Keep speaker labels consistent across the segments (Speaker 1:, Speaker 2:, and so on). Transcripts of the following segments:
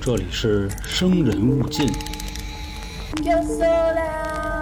Speaker 1: 这里是《生人勿进》。
Speaker 2: Yo sola,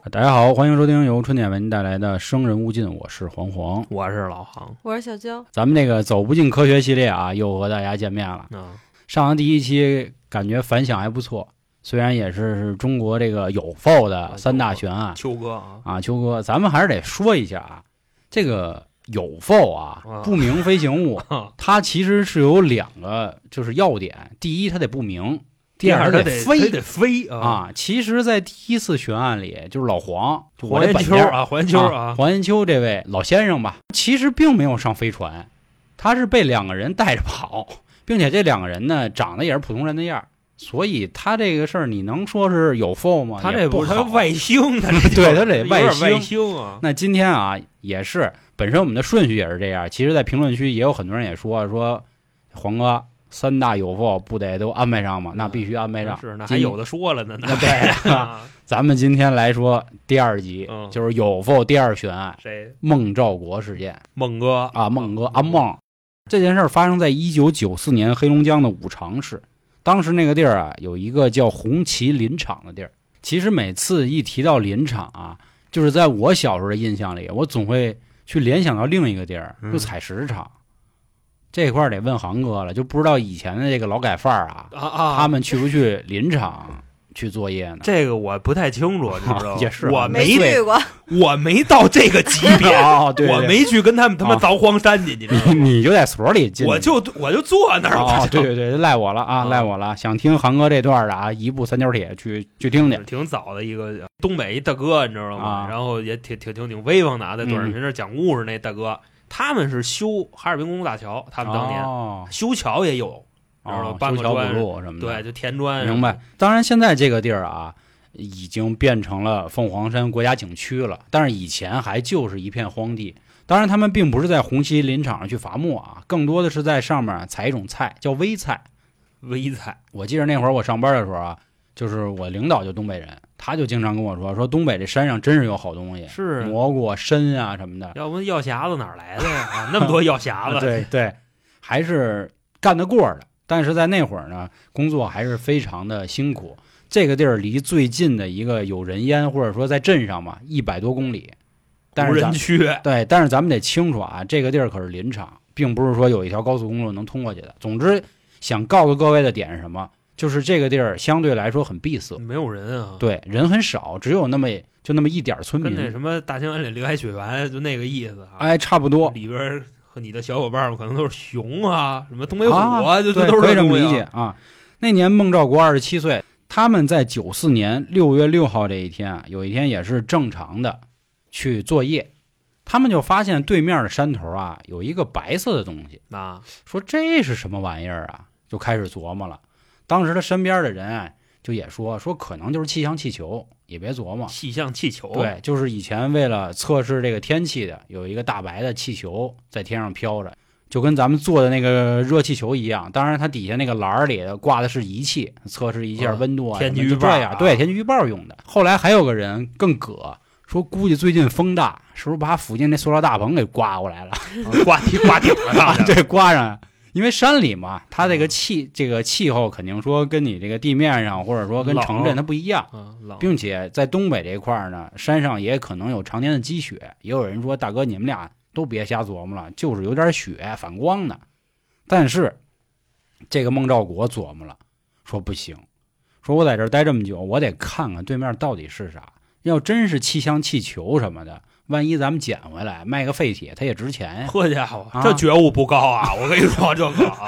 Speaker 1: 啊大家好，欢迎收听由春点为您带来的《生人勿进》，我是黄黄。
Speaker 3: 我是老航
Speaker 4: 我是小娇，
Speaker 1: 咱们这个走不进科学系列啊，又和大家见面了。
Speaker 3: 啊，
Speaker 1: 上完第一期，感觉反响还不错，虽然也是中国这个有 f 的三大悬案
Speaker 3: 秋哥啊，
Speaker 1: 啊，秋哥，咱们还是得说一下啊，这个有 f 啊
Speaker 3: 啊，
Speaker 1: 不明飞行物，它其实是有两个就是要点，第一它得不明，第二
Speaker 3: 他
Speaker 1: 它
Speaker 3: 得
Speaker 1: 飞
Speaker 3: 他。得飞啊，
Speaker 1: 啊，其实，在第一次悬案里，就是老黄，就我
Speaker 3: 黄
Speaker 1: 这
Speaker 3: 延
Speaker 1: 本
Speaker 3: 秋
Speaker 1: 家
Speaker 3: 啊，黄延秋啊，
Speaker 1: 黄延秋这位老先生吧，其实并没有上飞船，他是被两个人带着跑，并且这两个人呢长得也是普通人的样儿，所以他这个事儿你能说是有 f 吗？
Speaker 3: 他
Speaker 1: 也
Speaker 3: 这
Speaker 1: 不
Speaker 3: 不是他
Speaker 1: 好
Speaker 3: 外星的， 这
Speaker 1: 对
Speaker 3: 就
Speaker 1: 他得
Speaker 3: 有
Speaker 1: 外
Speaker 3: 点
Speaker 1: 星
Speaker 3: 外星啊，
Speaker 1: 那今天啊，也是本身我们的顺序也是这样。其实，在评论区也有很多人也说说，黄哥三大有 f 不得都安排上吗？那必须安排上。
Speaker 3: 是那还
Speaker 1: 今
Speaker 3: 有的说了呢，那
Speaker 1: 那 对，
Speaker 3: 啊
Speaker 1: 咱们今天来说第二集，
Speaker 3: 嗯
Speaker 1: 就是有 f 第二悬案
Speaker 3: 谁
Speaker 1: 孟兆国事件
Speaker 3: 孟哥
Speaker 1: 啊，孟哥阿孟这件事儿发生在一九九四年黑龙江的五常市。当时那个地儿啊，有一个叫红旗林场的地儿。其实每次一提到林场啊，就是在我小时候的印象里，我总会去联想到另一个地儿，
Speaker 3: 嗯
Speaker 1: 就采石场。这块儿得问航哥了，就不知道以前的这个劳改犯儿啊，
Speaker 3: 啊啊，
Speaker 1: 他们去不去林场去作业呢？
Speaker 3: 这个我不太清楚，你知 道吗
Speaker 1: 也是啊
Speaker 3: 我
Speaker 1: 没
Speaker 3: 没
Speaker 4: 去过，
Speaker 3: 我没到这个级 别，
Speaker 1: 哦，对，
Speaker 3: 我
Speaker 1: 对
Speaker 3: 没去跟他们他妈
Speaker 1: 啊
Speaker 3: 凿荒山去，你知道
Speaker 1: 你，你就在所里进去，
Speaker 3: 吗，我就我就坐那儿
Speaker 1: 哦
Speaker 3: 了，，
Speaker 1: 对对对，赖我了啊，
Speaker 3: 啊
Speaker 1: 赖我了。想听韩哥这段的啊，一部三角铁去去听去。
Speaker 3: 挺早的一个东北一大哥，你知道吗？
Speaker 1: 啊嗯
Speaker 3: 然后也挺挺挺挺威风的啊，在短视频那儿讲故事那大哥，他们是修哈尔滨公路大桥，他们当年、
Speaker 1: 哦，
Speaker 3: 修桥也有，然后
Speaker 1: 哦
Speaker 3: 搬
Speaker 1: 修
Speaker 3: 个
Speaker 1: 桥补
Speaker 3: 砖
Speaker 1: 路什么的，
Speaker 3: 对，就填砖，
Speaker 1: 明白。当然，现在这个地儿啊，已经变成了凤凰山国家景区了，但是以前还就是一片荒地。当然，他们并不是在红旗林场上去伐木啊，更多的是在上面采一种菜，叫微菜。
Speaker 3: 微菜
Speaker 1: 我记得那会儿我上班的时候啊，就是我领导就东北人，他就经常跟我说，说东北这山上真是有好东西，
Speaker 3: 是
Speaker 1: 蘑菇啊、参啊什么的。
Speaker 3: 要不药匣子哪儿来的呀？啊，那么多药 匣
Speaker 1: 啊，
Speaker 3: 子，
Speaker 1: 对对，还是干得过的。但是在那会儿呢，工作还是非常的辛苦。这个地儿离最近的一个有人烟，或者说在镇上嘛，一百多公里。但
Speaker 3: 无
Speaker 1: 是咱
Speaker 3: 人区，
Speaker 1: 对，但是咱们得清楚啊，这个地儿可是林场，并不是说有一条高速公路能通过去的。总之，想告诉各位的点是什么？就是这个地儿相对来说很闭塞，
Speaker 3: 没有人啊。
Speaker 1: 对，人很少，只有那么就那么一点儿村
Speaker 3: 跟那
Speaker 1: 民，
Speaker 3: 什么大兴安岭刘海雪原就那个意思啊。
Speaker 1: 哎，差不多。
Speaker 3: 里边儿和你的小伙伴们可能都是熊啊，什么东北虎
Speaker 1: 啊
Speaker 3: 就
Speaker 1: 对，
Speaker 3: 都
Speaker 1: 可
Speaker 3: 是
Speaker 1: 以这
Speaker 3: 东
Speaker 1: 么
Speaker 3: 西啊
Speaker 1: 理解。啊。那年孟兆国二十七岁，他们在九四年六月六号这一天啊，有一天也是正常的去作业，他们就发现对面的山头啊有一个白色的东西，
Speaker 3: 啊，
Speaker 1: 说这是什么玩意儿啊？就开始琢磨了。当时他身边的人啊就也说说可能就是气象气球，也别琢磨。
Speaker 3: 气象气球，
Speaker 1: 对，就是以前为了测试这个天气的，有一个大白的气球在天上飘着，就跟咱们做的那个热气球一样。当然，它底下那个篮儿里挂的是仪器，测试一下
Speaker 3: 嗯
Speaker 1: 温度啊什么的，
Speaker 3: 天气预
Speaker 1: 就这
Speaker 3: 报
Speaker 1: 样
Speaker 3: 啊
Speaker 1: 对，天气预报用的。后来还有个人更葛，说估计最近风大，是不是把附近那塑料大棚给刮过来了？
Speaker 3: 挂地挂顶 上
Speaker 1: 啊，
Speaker 3: 了，
Speaker 1: 对，刮上。
Speaker 3: 嗯
Speaker 1: 因为山里嘛，它这个气这个气候肯定说跟你这个地面上或者说跟
Speaker 3: 冷
Speaker 1: 城镇它不一样，
Speaker 3: 啊，冷
Speaker 1: 并且在东北这块儿呢，山上也可能有常年的积雪。也有人说，大哥，你们俩都别瞎琢磨了，就是有点雪反光呢。但是这个孟兆国琢磨了，说不行，说我在这儿待这么久，我得看看对面到底是啥。要真是气象气球什么的，万一咱们捡回来卖个废铁，它也值钱呀。
Speaker 3: 呵家伙
Speaker 1: 啊，
Speaker 3: 这觉悟不高啊！ 我跟你说，这个啊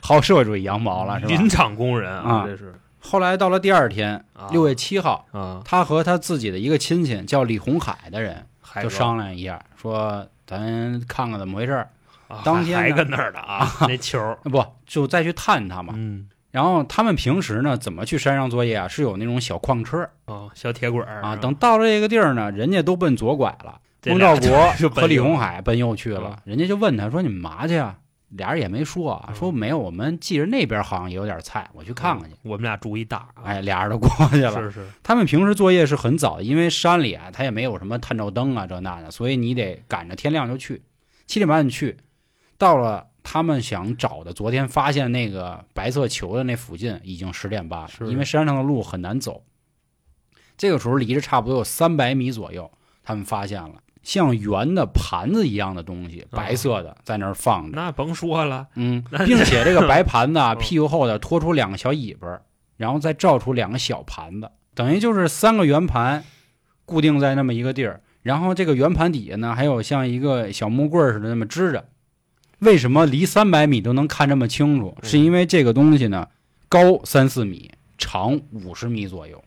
Speaker 1: 好社会主义羊毛了是吧
Speaker 3: 林？场工人
Speaker 1: 啊
Speaker 3: 这是
Speaker 1: 后来到了第二天，六月七号，
Speaker 3: 啊，
Speaker 1: 他和他自己的一个亲戚叫李红海的人，
Speaker 3: 还
Speaker 1: 就商量一下，说咱看看怎么回事儿，当
Speaker 3: 当
Speaker 1: 天呢
Speaker 3: 啊还跟那儿呢 啊，那球儿，
Speaker 1: 不就再去探他嘛。
Speaker 3: 嗯
Speaker 1: 然后他们平时呢，怎么去山上作业啊？是有那种小矿车
Speaker 3: 啊，小铁轨儿
Speaker 1: 啊。等到了这个地儿呢，人家都奔左拐了。
Speaker 3: 这
Speaker 1: 孟
Speaker 3: 俩
Speaker 1: 兆国
Speaker 3: 就
Speaker 1: 和
Speaker 3: 奔
Speaker 1: 李
Speaker 3: 右
Speaker 1: 红海奔右去了，人家就问他说：“你们嘛去啊？”俩人也没说啊，
Speaker 3: 嗯
Speaker 1: 说没有，我们记着那边好像也有点菜，我去看看去。
Speaker 3: 我们俩住一大，啊
Speaker 1: 哎，俩人都过去了。
Speaker 3: 是是，
Speaker 1: 他们平时作业是很早的，因为山里啊，他也没有什么探照灯啊这那的，所以你得赶着天亮就去，七点半去。到了他们想找的昨天发现那个白色球的那附近已经十点半了，
Speaker 3: 是
Speaker 1: 因为山上的路很难走。这个时候离着差不多有三百米左右，他们发现了像圆的盘子一样的东西，
Speaker 3: 啊
Speaker 1: 白色的在那儿放着，
Speaker 3: 那甭说了，
Speaker 1: 嗯，
Speaker 3: 那
Speaker 1: 并 且这个白盘子啊，
Speaker 3: 嗯
Speaker 1: 屁股后头拖出两个小尾巴儿，然后再照出两个小盘子，等于就是三个圆盘固定在那么一个地儿，然后这个圆盘底下呢，还有像一个小木棍儿似的那么支着。为什么离三百米都能看这么清楚？
Speaker 3: 嗯
Speaker 1: 是因为这个东西呢，高三四米，长五十米左右，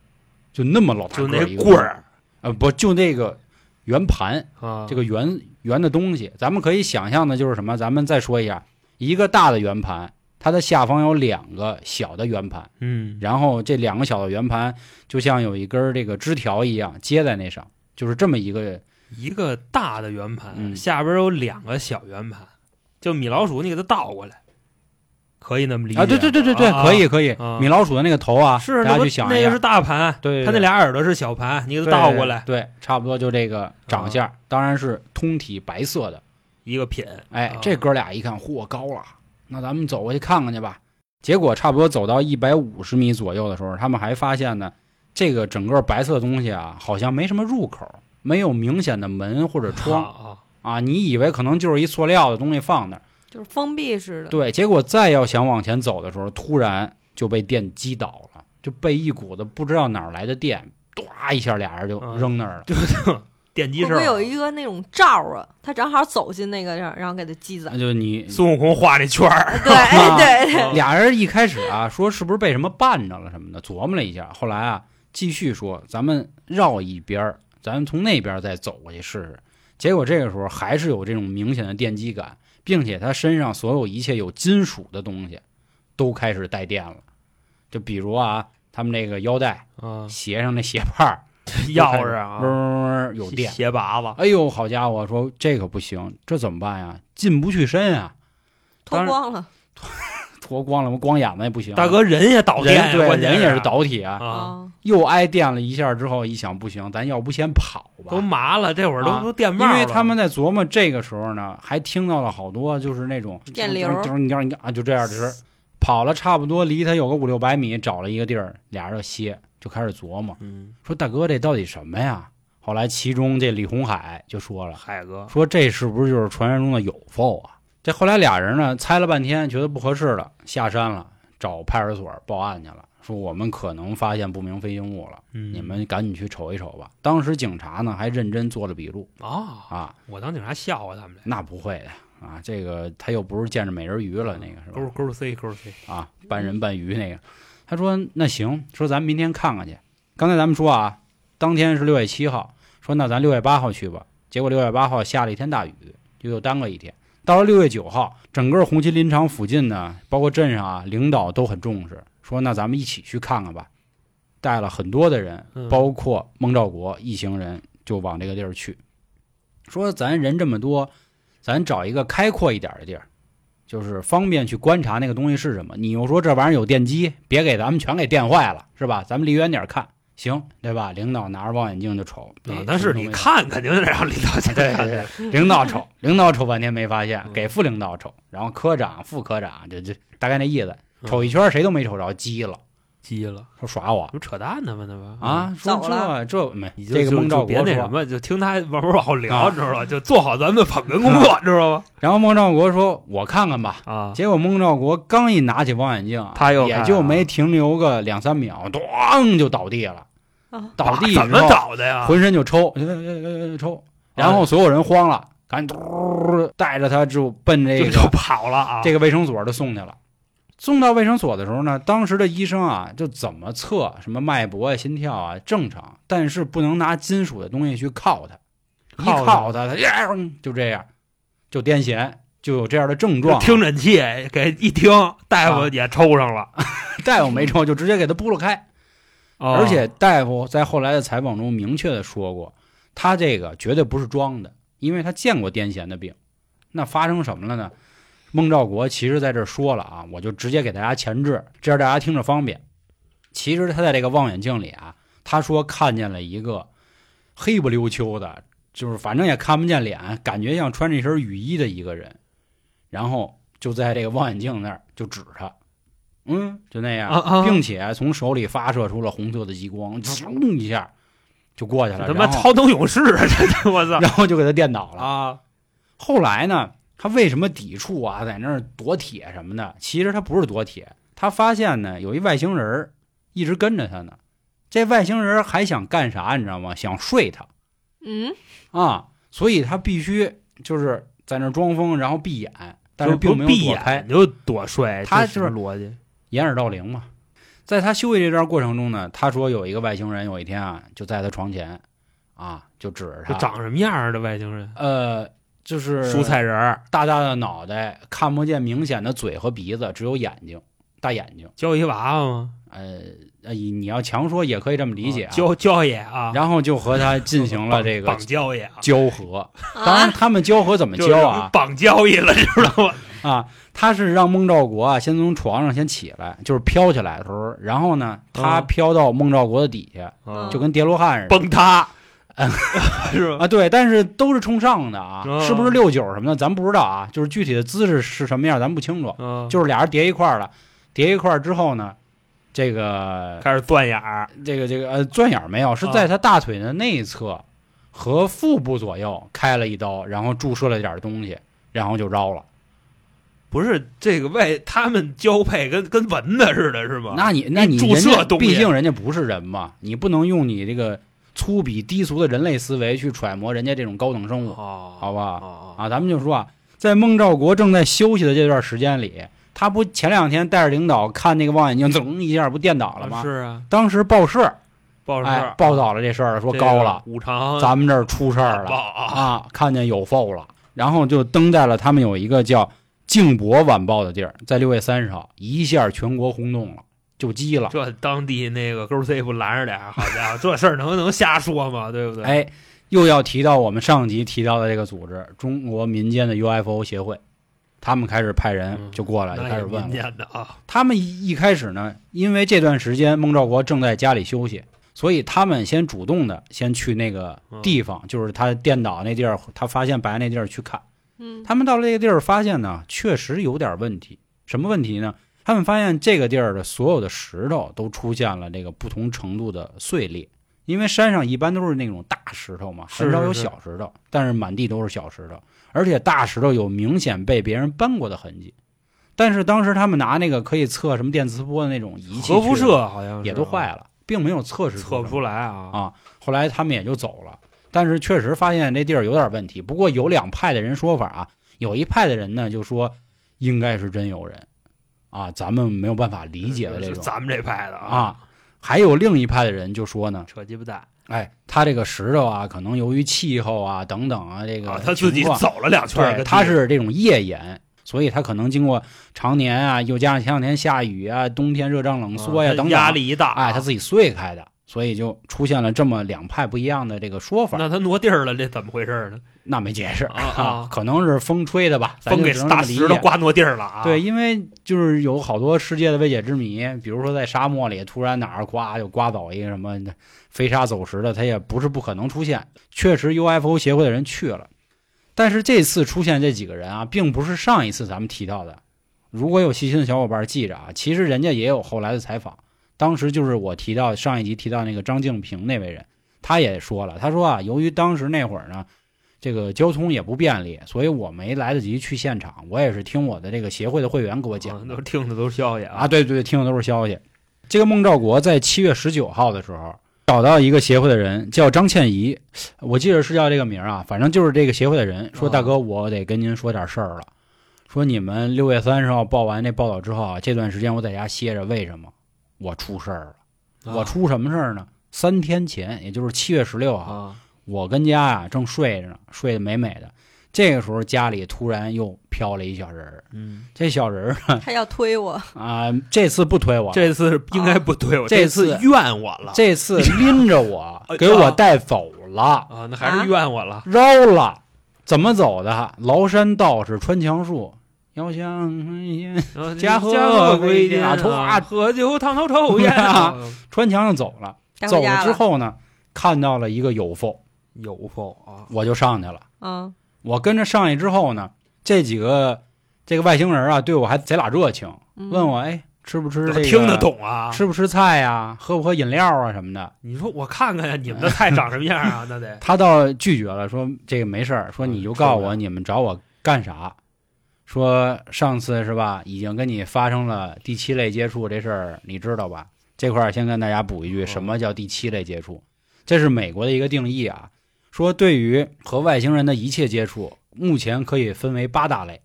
Speaker 1: 就那么老大
Speaker 3: 就
Speaker 1: 个
Speaker 3: 那
Speaker 1: 儿一个
Speaker 3: 棍儿
Speaker 1: 啊，不就那个圆盘，
Speaker 3: 啊，
Speaker 1: 这个圆圆的东西，咱们可以想象的就是什么？咱们再说一下，一个大的圆盘，它的下方有两个小的圆盘，
Speaker 3: 嗯，
Speaker 1: 然后这两个小的圆盘就像有一根儿这个枝条一样接在那上，就是这么一
Speaker 3: 啊
Speaker 1: 个
Speaker 3: 一个大的圆盘、
Speaker 1: 嗯
Speaker 3: 下边有两个小圆盘，就米老鼠你给它倒过来，可以那么理解
Speaker 1: 啊，对对对对对，
Speaker 3: 啊
Speaker 1: 可以可以
Speaker 3: 啊，
Speaker 1: 米老鼠的那个头啊，
Speaker 3: 是
Speaker 1: 大
Speaker 3: 那
Speaker 1: 家
Speaker 3: 不
Speaker 1: 去想一
Speaker 3: 那
Speaker 1: 下，
Speaker 3: 个是大盘，
Speaker 1: 对，
Speaker 3: 它那俩耳朵是小盘，你给它倒过来啊
Speaker 1: 对，对，差不多就这个长相，当然是通体白色的。
Speaker 3: 一个品。
Speaker 1: 哎
Speaker 3: 啊，
Speaker 1: 这哥俩一看，嚯，高了，那咱们走过去看看去吧。结果差不多走到一百五十米左右的时候，他们还发现呢，这个整个白色的东西啊，好像没什么入口，没有明显的门或者
Speaker 3: 啊
Speaker 1: 窗
Speaker 3: 啊，
Speaker 1: 啊。你以为可能就是一塑料的东西放那儿，
Speaker 4: 就是封闭式的，
Speaker 1: 对。结果再要想往前走的时候，突然就被电击倒了，就被一股子不知道哪儿来的电，唰一下，俩人就
Speaker 3: 啊
Speaker 1: 扔那儿了。
Speaker 3: 电击
Speaker 4: 会不
Speaker 3: 声
Speaker 1: 啊
Speaker 4: 会有
Speaker 3: 儿，
Speaker 4: 一个那种罩儿啊？它正好走进那个地儿，然后给它击 散。
Speaker 1: 那就你
Speaker 3: 孙悟空画那圈儿，
Speaker 4: 对哎对，
Speaker 3: 啊
Speaker 1: 俩人一开始啊，说是不是被什么绊着了什么的，琢磨了一下，后来啊，继续说，咱们绕一边儿，咱们从那边儿再走过去试试。结果这个时候还是有这种明显的电击感，并且他身上所有一切有金属的东西都开始带电了，就比如啊，他们那个腰带、
Speaker 3: 啊，
Speaker 1: 鞋上那鞋帕儿，
Speaker 3: 钥匙啊，
Speaker 1: 嗡嗡嗡嗡有
Speaker 3: 鞋
Speaker 1: 电，
Speaker 3: 鞋拔子，
Speaker 1: 哎呦，好家伙，说这可不行，这怎么办呀？进不去身啊，
Speaker 4: 脱光了
Speaker 1: 脱光了，光眼子也不行。
Speaker 3: 大哥人也导电
Speaker 1: 人
Speaker 3: 呀，
Speaker 1: 对
Speaker 3: 关键
Speaker 1: 人也是
Speaker 3: 啊
Speaker 1: 导体啊，
Speaker 3: 啊，
Speaker 4: 啊！
Speaker 1: 又挨电了一下之后，一想不行，咱要不先跑
Speaker 3: 都
Speaker 1: 吧？
Speaker 3: 麻了，这会儿都
Speaker 1: 啊
Speaker 3: 都电帽
Speaker 1: 因
Speaker 3: 了，
Speaker 1: 为他们在琢磨这个时候呢，还听到了好多就是那种
Speaker 4: 电流
Speaker 1: 就是你让你啊，就这样的声儿。跑了差不多离他有个五六百米，找了一个地儿，俩人就歇，就开始琢磨
Speaker 3: 嗯，
Speaker 1: 说：“大哥，这到底什么呀？”后来其中这李红海就说了
Speaker 3: 海哥：“
Speaker 1: 说这是不是就是传说中的有否啊？”这后来俩人呢猜了半天，觉得不合适了，下山了，找派出所报案去了，说我们可能发现不明飞行物了。
Speaker 3: 嗯
Speaker 1: 你们赶紧去瞅一瞅吧。当时警察呢还认真做了笔录
Speaker 3: 啊，
Speaker 1: 啊，
Speaker 3: 我当警察笑话他们俩，
Speaker 1: 那不会的啊，这个他又不是见着美人鱼了，那个是
Speaker 3: 勾
Speaker 1: 吧？
Speaker 3: 勾 C 勾 C，
Speaker 1: 啊，半人半鱼那个。他说那行，说咱明天看看去。刚才咱们说啊，当天是六月七号，说那咱六月八号去吧。结果六月八号下了一天大雨，就又耽搁一天。到了六月九号，整个红旗林场附近呢，包括镇上啊，领导都很重视，说那咱们一起去看看吧。带了很多的人，
Speaker 3: 嗯
Speaker 1: 包括孟兆国一行人，就往这个地儿去。说咱人这么多，咱找一个开阔一点的地儿，就是方便去观察那个东西是什么。你又说这玩意儿有电机，别给咱们全给电坏了，是吧？咱们离远点看，行，对吧？领导拿着望远镜就瞅，
Speaker 3: 啊
Speaker 1: 哎，
Speaker 3: 但
Speaker 1: 什
Speaker 3: 是
Speaker 1: 么都
Speaker 3: 你
Speaker 1: 没
Speaker 3: 看肯定得让领 导去
Speaker 1: 对
Speaker 3: 看
Speaker 1: 对对，领导瞅，领导瞅半天没发现
Speaker 3: 嗯，
Speaker 1: 给副领导瞅，然后科长、副科长，这这大概那意思，
Speaker 3: 嗯
Speaker 1: 瞅一圈谁都没瞅着，急了，
Speaker 3: 急了，
Speaker 1: 说耍我
Speaker 3: 不扯淡呢吗？那不，
Speaker 1: 啊，说
Speaker 4: 走
Speaker 1: 这
Speaker 4: 了
Speaker 1: 这没
Speaker 3: 嗯你就
Speaker 1: 这个
Speaker 3: 就
Speaker 1: 孟兆
Speaker 3: 就别
Speaker 1: 国
Speaker 3: 那什
Speaker 1: 说，
Speaker 3: 么，就听他慢慢往后
Speaker 1: 啊
Speaker 3: 聊，知道吧？就做好咱们捧哏工作，知道吧？
Speaker 1: 然后孟兆国说，我看看吧。
Speaker 3: 啊，
Speaker 1: 结果孟兆国刚一拿起望远镜啊，
Speaker 3: 他又看
Speaker 1: 也
Speaker 3: 啊
Speaker 1: 就没停留个两三秒，咣就倒地了
Speaker 4: 啊，
Speaker 1: 倒地
Speaker 3: 怎
Speaker 1: 之
Speaker 3: 么
Speaker 1: 后
Speaker 3: 倒啊哎的呀？
Speaker 1: 浑身就抽，呃呃呃呃抽，然后所有人慌了，赶紧嘟带着他就奔这
Speaker 3: 就
Speaker 1: 个
Speaker 3: 就 跑了啊！
Speaker 1: 这个卫生所就送去了。送到卫生所的时候呢，当时的医生啊，就怎么测什么脉搏啊、心跳啊正常，但是不能拿金属的东西去铐他，一
Speaker 3: 铐他
Speaker 1: 铐他，他呀就这样，就癫痫，就有这样的症状。
Speaker 3: 听诊器给一听，大夫
Speaker 1: 啊
Speaker 3: 也抽上了，
Speaker 1: 大夫没抽，就直接给他拨了开。
Speaker 3: 啊
Speaker 1: 而且大夫在后来的采访中明确的说过，他这个绝对不是装的，因为他见过癫痫的病。那发生什么了呢？孟兆国其实在这儿说了啊，我就直接给大家前置，这样大家听着方便。其实他在这个望远镜里啊，他说看见了一个黑不溜秋的，就是反正也看不见脸，感觉像穿着一身雨衣的一个人，然后就在这个望远镜那儿就指他，嗯，就那样，
Speaker 3: 啊啊
Speaker 1: 并且从手里发射出了红色的激光，噌一下就过去了，
Speaker 3: 他妈
Speaker 1: 然后
Speaker 3: 超能勇士啊！这这我 操
Speaker 1: 然后就给他电倒了。
Speaker 3: 啊！
Speaker 1: 后来呢，他为什么抵触啊，在那儿躲铁什么的？其实他不是躲铁，他发现呢有一外星人儿一直跟着他呢。这外星人儿还想干啥，你知道吗？想睡他
Speaker 4: 嗯，
Speaker 1: 啊，所以他必须就是在那儿装疯，然后闭眼，但是并没有
Speaker 3: 闭
Speaker 1: 躲开
Speaker 3: 眼，就躲睡，
Speaker 1: 他
Speaker 3: 这什
Speaker 1: 是
Speaker 3: 么逻辑？
Speaker 1: 掩耳盗铃嘛。在他休息这段过程中呢，他说有一个外星人有一天啊，就在他床前啊，就指着
Speaker 3: 这
Speaker 1: 他，
Speaker 3: 长什么样儿的外星人？
Speaker 1: 呃，就是
Speaker 3: 蔬菜人儿，
Speaker 1: 大大的脑袋，看不见明显的嘴和鼻子，只有眼睛，大眼睛。
Speaker 3: 交一娃娃吗？
Speaker 1: 呃，呃，你要强说也可以这么理解、啊。
Speaker 3: 交交也啊，
Speaker 1: 然后就和他进行 了这个
Speaker 3: 绑交也啊，
Speaker 1: 交合。当然，
Speaker 4: 啊，
Speaker 1: 他们交合怎么
Speaker 3: 就是
Speaker 1: 交啊？
Speaker 3: 绑交易了，知道吗？
Speaker 1: 啊，他是让孟兆国啊先从床上先起来，就是飘起来的时候，然后呢，他
Speaker 3: 嗯
Speaker 1: 飘到孟兆国的底下，
Speaker 4: 嗯
Speaker 1: 就跟叠罗汉似的。
Speaker 3: 崩塌， 是吧？
Speaker 1: 啊，对，但是都是冲上的啊，
Speaker 3: 嗯
Speaker 1: 是不是六九什么的，咱不知道啊，就是具体的姿势是什么样，咱不清楚。
Speaker 3: 嗯，
Speaker 1: 就是俩人叠一块儿了，叠一块儿之后呢，这个
Speaker 3: 开始钻眼儿，
Speaker 1: 这个这个呃钻眼儿没有，
Speaker 3: 啊
Speaker 1: 是在他大腿的内侧和腹部左右开了一刀，然后注射了点儿东西，然后就绕了。
Speaker 3: 不是这个外，他们交配跟跟蚊子似的，是吗？
Speaker 1: 那你那你
Speaker 3: 哎注射
Speaker 1: 人家
Speaker 3: 东西
Speaker 1: 毕竟人家不是人嘛，你不能用你这个粗鄙低俗的人类思维去揣摩人家这种高等生物，
Speaker 3: 哦，
Speaker 1: 好
Speaker 3: 哦
Speaker 1: 吧？
Speaker 3: 哦
Speaker 1: 啊，咱们就说啊，在孟兆国正在休息的这段时间里。他不前两天带着领导看那个望远镜， 噌一下不电倒了吗？
Speaker 3: 是啊，
Speaker 1: 当时报社
Speaker 3: 报
Speaker 1: 哎
Speaker 3: 社，
Speaker 1: 报道了这事儿，说
Speaker 3: 这个
Speaker 1: 高了，
Speaker 3: 五常
Speaker 1: 咱们这儿出事儿了
Speaker 3: 报啊，
Speaker 1: 啊，看见有 f 了，然后就登在了他们有一个叫《静博晚报》的地儿，在六月三十号，一下全国轰动了，就鸡了。
Speaker 3: 这当地那个勾 C 不拦着俩，好家伙，这事儿能能瞎说吗？对不对？
Speaker 1: 哎，又要提到我们上集提到的这个组织——中国民间的 UFO 协会，他们开始派人
Speaker 3: 嗯
Speaker 1: 就过来，就
Speaker 3: 那
Speaker 1: 开
Speaker 3: 也
Speaker 1: 始问
Speaker 3: 民
Speaker 1: 了
Speaker 3: 间的啊，
Speaker 1: 他们一一开始呢，因为这段时间孟兆国正在家里休息，所以他们先主动的先去那个地方，就是他电脑那地儿，他发现白那地儿去看。
Speaker 4: 嗯，
Speaker 1: 他们到了这个地儿，发现呢确实有点问题。什么问题呢？他们发现这个地儿的所有的石头都出现了这个不同程度的碎裂，因为山上一般都是那种大石头嘛，
Speaker 3: 是
Speaker 1: 很少有
Speaker 3: 是是
Speaker 1: 小石头，但是满地都是小石头，而且大石头有明显被别人搬过的痕迹。但是当时他们拿那个可以测什么电磁波的那种仪器，
Speaker 3: 核辐射好像是
Speaker 1: 也都坏了，并没有测试
Speaker 3: 测
Speaker 1: 出什
Speaker 3: 不
Speaker 1: 么
Speaker 3: 出来啊
Speaker 1: 啊后来他们也就走了。但是确实发现这地儿有点问题。不过有两派的人说法啊，有一派的人呢就说应该是真有人啊，咱们没有办法理解的这
Speaker 3: 是
Speaker 1: 种
Speaker 3: 咱们这派的啊，
Speaker 1: 啊。还有另一派的人就说呢，
Speaker 3: 扯鸡巴蛋
Speaker 1: 哎，他这个石头啊，可能由于气候啊等等啊这个
Speaker 3: 啊，他自己
Speaker 1: 情况
Speaker 3: 走了两圈儿
Speaker 1: 对，
Speaker 3: 跟地，
Speaker 1: 它是这种页岩，所以它可能经过常年啊，又加上前两天下雨啊，冬天热胀冷缩呀、
Speaker 3: 啊
Speaker 1: 等等，
Speaker 3: 压力一大，
Speaker 1: 哎，它自己碎开的，所以就出现了这么两派不一样的这个说法。
Speaker 3: 那他挪地儿了，这怎么回事呢？
Speaker 1: 那没解释
Speaker 3: 啊啊
Speaker 1: 可能是风吹的吧，咱
Speaker 3: 风
Speaker 1: 就
Speaker 3: 给
Speaker 1: 只能这
Speaker 3: 大
Speaker 1: 么理
Speaker 3: 石头
Speaker 1: 解。
Speaker 3: 刮挪地儿了啊！
Speaker 1: 对，，因为就是有好多世界的未解之谜，比如说在沙漠里突然哪儿刮就刮走一个什么飞沙走石的，它也不是不可能出现。确实，UFO 协会的人去了，但是这次出现这几个人啊，并不是上一次咱们提到的。如果有细心的小伙伴记着啊，其实人家也有后来的采访，当时就是我提到上一集提到那个张静平那位人，他也说了，他说啊，由于当时那会儿呢，这个交通也不便利，所以我没来得及去现场，我也是听我的这个协会的会员给我
Speaker 3: 我
Speaker 1: 讲的
Speaker 3: 都啊听的都是消息
Speaker 1: 啊，，对对，听的都是消息。这个孟兆国在七月十九号的时候找到一个协会的人，叫张倩怡，我记得是叫这个名儿啊，反正就是这个协会的人说：“
Speaker 3: 啊
Speaker 1: 大哥，我得跟您说点事儿了。说你们六月三十号报完那报道之后啊，这段时间我在家歇着，为什么？我出事儿了。我
Speaker 3: 啊
Speaker 1: 出什么事儿呢？三天前，也就是七月十六号，
Speaker 3: 啊，
Speaker 1: 我跟家啊正睡着呢，睡得美美的。这个时候家里突然又飘了一小人儿，
Speaker 3: 嗯，
Speaker 1: 这小人儿
Speaker 4: 他要推我，
Speaker 1: 啊、这次不推我了，
Speaker 3: 这次应该不对我，
Speaker 1: 这次
Speaker 3: 次怨我了，
Speaker 1: 啊这次拎着我
Speaker 3: 哎
Speaker 1: 给我带走了，
Speaker 3: 啊，那还是怨 我了，
Speaker 1: 绕了。怎么走的？崂山道士穿墙术，遥想当年
Speaker 3: 然后
Speaker 1: 家和
Speaker 3: 归
Speaker 1: 归
Speaker 3: 啊家
Speaker 1: 家头
Speaker 3: 啊，
Speaker 1: 发
Speaker 3: 喝酒烫头抽 烟
Speaker 1: 啊，穿墙就走了。
Speaker 4: 带
Speaker 1: 走
Speaker 4: 回家
Speaker 1: 之
Speaker 4: 了，
Speaker 1: 后呢，看到了一个有缝，
Speaker 3: 有否啊？
Speaker 1: 我就上去了。
Speaker 4: 嗯，
Speaker 1: 我跟着上去之后呢，这几个这个外星人啊，对我还贼拉热情，
Speaker 4: 嗯
Speaker 1: 问我哎吃不吃这个，
Speaker 3: 听得，懂啊？
Speaker 1: 吃不吃菜呀、喝不喝饮料啊什么的。
Speaker 3: 你说我看看呀，你们的菜长什么样啊？那 得
Speaker 1: 他倒拒绝了，说这个没事儿，说你就告诉
Speaker 3: 嗯受不了
Speaker 1: 我你们找我干啥。说上次是吧，已经跟你发生了第七类接触这事儿，你知道吧？这块儿先跟大家补一句，
Speaker 3: 嗯
Speaker 1: 什么叫第七类接触？这是美国的一个定义啊，说对于和外星人的一切接触，目前可以分为八大类。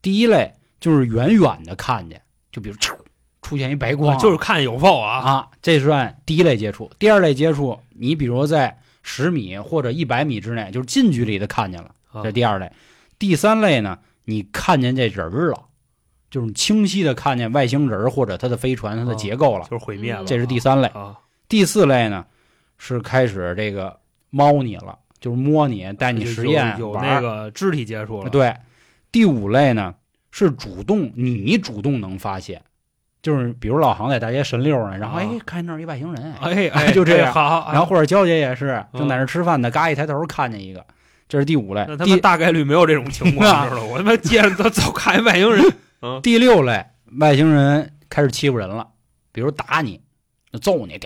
Speaker 1: 第一类就是远远的看见，就比如嗖出现一白光啊、
Speaker 3: 哦就是看有否啊。
Speaker 1: 啊，这算第一类接触。第二类接触，你比如在十米或者一百米之内，就是近距离的看见了，
Speaker 3: 啊
Speaker 1: 这第二类。第三类呢，你看见这人儿了，就是清晰的看见外星人儿或者它的飞船、它的结构了，
Speaker 3: 就是毁灭了啊，
Speaker 1: 这是第三类。
Speaker 3: 啊。
Speaker 1: 第四类呢，是开始这个猫你了，就是摸你，带你实验
Speaker 3: 有有
Speaker 1: 玩
Speaker 3: 那
Speaker 1: 儿。
Speaker 3: 个肢体接触了，
Speaker 1: 对，第五类呢是主动，你主动能发现，就是比如老航在大街神溜呢，然后、
Speaker 3: 啊
Speaker 1: 哎看见那儿一外星人，
Speaker 3: 哎
Speaker 1: 哎就这样
Speaker 3: 哎好，
Speaker 1: 然后或者娇姐也是
Speaker 3: 嗯
Speaker 1: 正在那吃饭呢，嘎一抬头看见一个，这是第五类
Speaker 3: 那。他们
Speaker 1: 第
Speaker 3: 大概率没有这种情
Speaker 1: 啊
Speaker 3: 况，知道吗？我他妈接着他走看外星人，
Speaker 1: 第六类，外星人开始欺负人了，比如打你、揍你，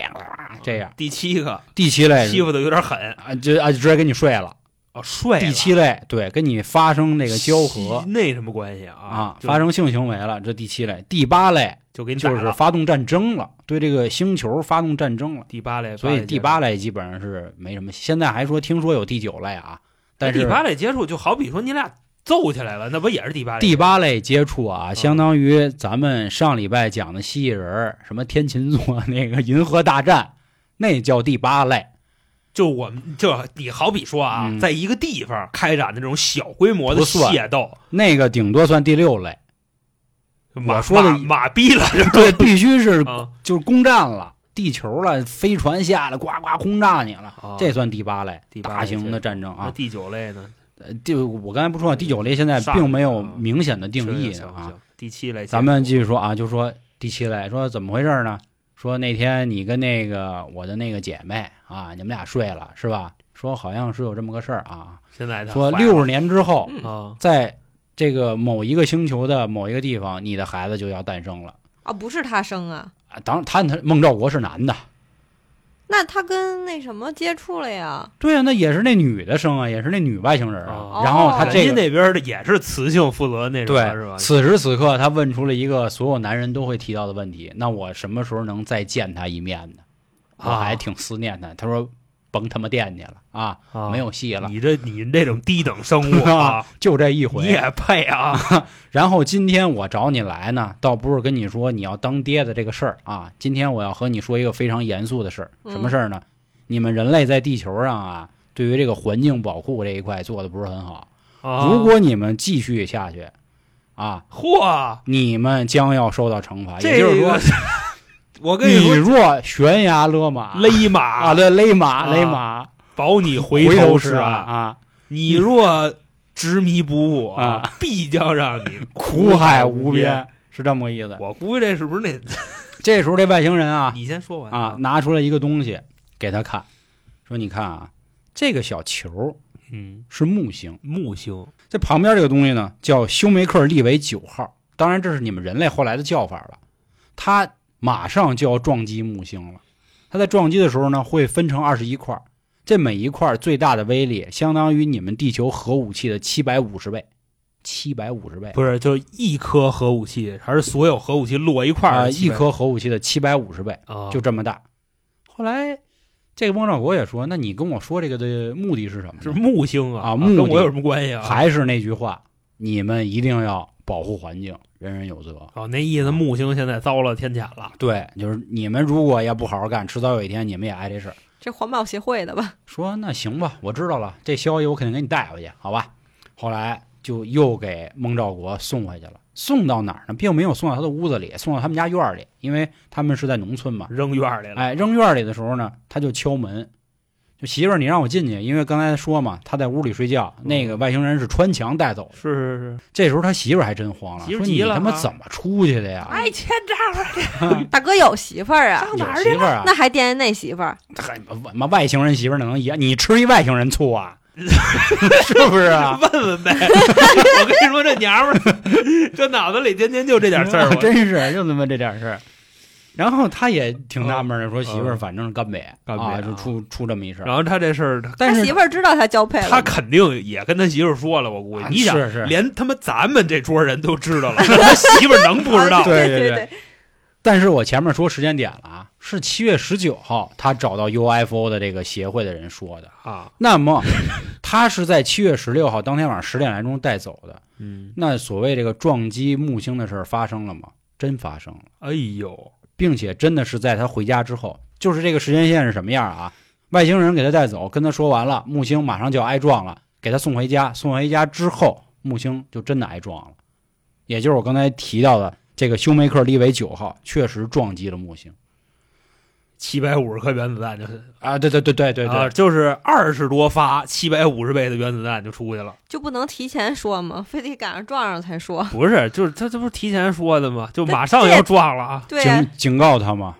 Speaker 1: 这样。
Speaker 3: 第七个
Speaker 1: 第七类
Speaker 3: 嗯欺负的有点狠
Speaker 1: 啊，就啊就直接跟你睡了。
Speaker 3: 哦，睡了
Speaker 1: 第七类对，跟你发生这个交合
Speaker 3: 息那什么关系啊？
Speaker 1: 啊，
Speaker 3: 就
Speaker 1: 发生性行为了，这第七类。第八类
Speaker 3: 就给你
Speaker 1: 就
Speaker 3: 逮
Speaker 1: 是
Speaker 3: 了
Speaker 1: 发动战争了，对这个星球发动战争了。
Speaker 3: 第八类，
Speaker 1: 所以第八
Speaker 3: 类
Speaker 1: 类基本上是没什么。现在还说听说有第九类啊，但
Speaker 3: 接触，
Speaker 1: 是
Speaker 3: 第八类接触就好比说你俩揍起来了，那不也是第八类？
Speaker 1: 第八类接触
Speaker 3: 嗯
Speaker 1: 啊，相当于咱们上礼拜讲的蜥蜴人儿，什么天琴座那个银河大战， 那叫第八类。
Speaker 3: 就我们就你好比说啊
Speaker 1: 嗯，
Speaker 3: 在一个地方开展的这种小规模的
Speaker 1: 不算
Speaker 3: 械斗，
Speaker 1: 那个顶多算第六 类，
Speaker 3: 马
Speaker 1: 我说的
Speaker 3: 马马逼了是吧
Speaker 1: 对，必须是
Speaker 3: 啊
Speaker 1: 就是攻占了地球了，飞船下来，呱呱轰炸你了，
Speaker 3: 啊
Speaker 1: 这算第八类
Speaker 3: 第八类
Speaker 1: 大型的战争
Speaker 3: 那
Speaker 1: 啊。
Speaker 3: 第九类呢？
Speaker 1: 呃第我刚才不说了，第九类现在并没
Speaker 3: 嗯
Speaker 1: 有明显的定义
Speaker 3: 行行
Speaker 1: 啊。
Speaker 3: 行第七类接触，
Speaker 1: 咱们继续说啊，就说第七类，说怎么回事呢？说那天你跟那个我的那个姐妹啊，你们俩睡了是吧？说好像是有这么个事儿啊，
Speaker 3: 现在他
Speaker 1: 说
Speaker 3: 怀
Speaker 1: 六
Speaker 3: 了
Speaker 1: 十年之后，
Speaker 3: 啊，
Speaker 1: 在这个某一个星球的某一个地方，你的孩子就要诞生了。
Speaker 4: 啊，不是他生啊，
Speaker 1: 啊、当然他，他孟兆国是男的，
Speaker 4: 那他跟那什么接触了呀？
Speaker 1: 对啊，那也是那女的生啊，也是那女外星人啊。
Speaker 3: 哦
Speaker 1: 然后他
Speaker 4: 哦
Speaker 1: 这
Speaker 3: 人
Speaker 1: 个
Speaker 3: 家那边的也是雌性负责那种的是吧
Speaker 1: 对，？此时此刻他问出了一个所有男人都会提到的问题：那我什么时候能再见他一面呢？我
Speaker 3: 啊
Speaker 1: 还挺思念他。他说：“甭他妈惦记了啊，
Speaker 3: 啊
Speaker 1: 没有戏了，
Speaker 3: 你这你这种低等生 物啊，
Speaker 1: 就这一
Speaker 3: 你
Speaker 1: 回。
Speaker 3: 也配啊？
Speaker 1: 然后今天我找你来呢，倒不是跟你说你要当爹的这个事儿啊，今天我要和你说一个非常严肃的事儿，
Speaker 4: 嗯
Speaker 1: 什么事儿呢？你们人类在地球上啊，对于这个环境保护这一块做的不是很好。
Speaker 3: 啊
Speaker 1: 如果你们继续下去，啊，
Speaker 3: 嚯，
Speaker 1: 你们将要受到惩罚。也
Speaker 3: 这
Speaker 1: 就是说
Speaker 3: 个， 我跟你
Speaker 1: 你
Speaker 3: 说，
Speaker 1: 若悬崖勒马，
Speaker 3: 勒
Speaker 1: 啊，
Speaker 3: 马
Speaker 1: 对，勒马，
Speaker 3: 啊
Speaker 1: 勒马，
Speaker 3: 保你回
Speaker 1: 头
Speaker 3: 是
Speaker 1: 岸
Speaker 3: 岸，
Speaker 1: 啊，
Speaker 3: 你若执迷不悟
Speaker 1: 啊，
Speaker 3: 必将让你
Speaker 1: 苦海
Speaker 3: 无
Speaker 1: 无边，。是这么个意思。
Speaker 3: 我估计这是不是 那？
Speaker 1: 这时候这外星人啊
Speaker 3: 你先说完
Speaker 1: 啊，拿出来一个东西给他看，说你看啊，这个小球
Speaker 3: 嗯，
Speaker 1: 是木星，
Speaker 3: 木星
Speaker 1: 这旁边这个东西呢叫休梅克利维九号，当然这是你们人类后来的叫法了。它马上就要撞击木星了，它在撞击的时候呢会分成二十一块儿，这每一块儿最大的威力相当于你们地球核武器的七百五十倍，七百五十倍。
Speaker 3: 不是，就是一颗核武器，还是所有核武器摞一块
Speaker 1: 啊、
Speaker 3: 儿？
Speaker 1: 一颗核武器的七百五十倍，
Speaker 3: 啊，
Speaker 1: 就这么大。后来，这个汪兆国也说：“那你跟我说这个的目的是什么呢？
Speaker 3: 是木星啊
Speaker 1: 啊木
Speaker 3: 跟我
Speaker 1: 的
Speaker 3: 有什么关系啊？
Speaker 1: 还是那句话，你们一定要保护环境，人人有责。
Speaker 3: 哦，那意思木星现在遭了天谴了。
Speaker 1: 对，就是你们如果要不好好干，迟早有一天你们也挨这事儿。
Speaker 4: 这环保协会的吧？
Speaker 1: 说那行吧，我知道了，这消息我肯定给你带回去，好吧？后来就又给孟兆国送回去了，送到哪儿呢？并没有送到他的屋子里，送到他们家院儿里，因为他们是在农村嘛。
Speaker 3: 扔院儿里了。
Speaker 1: 哎，扔院里的时候呢，他就敲门，就媳妇儿，你让我进去，因为刚才说嘛，他在屋里睡觉，那个外星人是穿墙带走的。
Speaker 3: 是是 是，
Speaker 1: 这时候他媳妇儿还真慌了，
Speaker 3: 媳妇
Speaker 1: 说
Speaker 3: 儿
Speaker 1: 你
Speaker 3: 急了
Speaker 1: 他妈
Speaker 3: 啊
Speaker 1: 怎么出去的呀？
Speaker 3: 哎，欠账
Speaker 4: 大哥有媳妇儿啊，
Speaker 1: 有媳妇儿啊
Speaker 4: 那，还惦记那媳妇儿？
Speaker 1: 还妈外星人媳妇儿能一样？你吃一外星人醋啊？ 是不是啊？
Speaker 3: 问问呗。我跟你说，这娘们儿这脑子里天天 就这点事儿。我
Speaker 1: 真是就他妈这点事儿。然后他也挺纳闷的，说媳妇儿反正是干瘪，
Speaker 3: 哦干瘪
Speaker 1: 啊，
Speaker 3: 啊
Speaker 1: 就出出这么一事儿。
Speaker 3: 然后他这事儿，他
Speaker 1: 但
Speaker 4: 他
Speaker 1: 是
Speaker 4: 媳妇儿知道他交配了
Speaker 3: 他，肯定也跟他媳妇儿说了，我估计。
Speaker 1: 啊
Speaker 3: 你想，
Speaker 1: 是是
Speaker 3: 连他妈咱们这桌人都知 道了，那他媳妇儿能不知道？
Speaker 4: 啊对
Speaker 1: 对对
Speaker 4: 对，
Speaker 1: 但是我前面说时间点了啊，是七月十九号，他找到 UFO 的这个协会的人说的。
Speaker 3: 啊，
Speaker 1: 那 么，他是在七月十六号当天晚上十点来钟带走的。
Speaker 3: 嗯，
Speaker 1: 那所谓这个撞击木星的事儿发生了吗？真发生了，
Speaker 3: 哎呦，
Speaker 1: 并且真的是在他回家之后，就是这个时间线是什么样啊？外星人给他带走，跟他说完了，木星马上就要挨撞了，给他送回家。送回家之后，木星就真的挨撞了，也就是我刚才提到的这个休梅克利维九号确实撞击了木星。
Speaker 3: 七百五十颗原子弹就是
Speaker 1: 啊，对对对对对对，
Speaker 3: 啊，就是二十多发七百五十倍的原子弹就出去了。
Speaker 4: 就不能提前说吗？非得赶上撞上才说？
Speaker 3: 不是，就是他这不是提前说的吗？就马上
Speaker 4: 这
Speaker 3: 要撞了啊！
Speaker 4: 对呀
Speaker 1: 警，警告他嘛。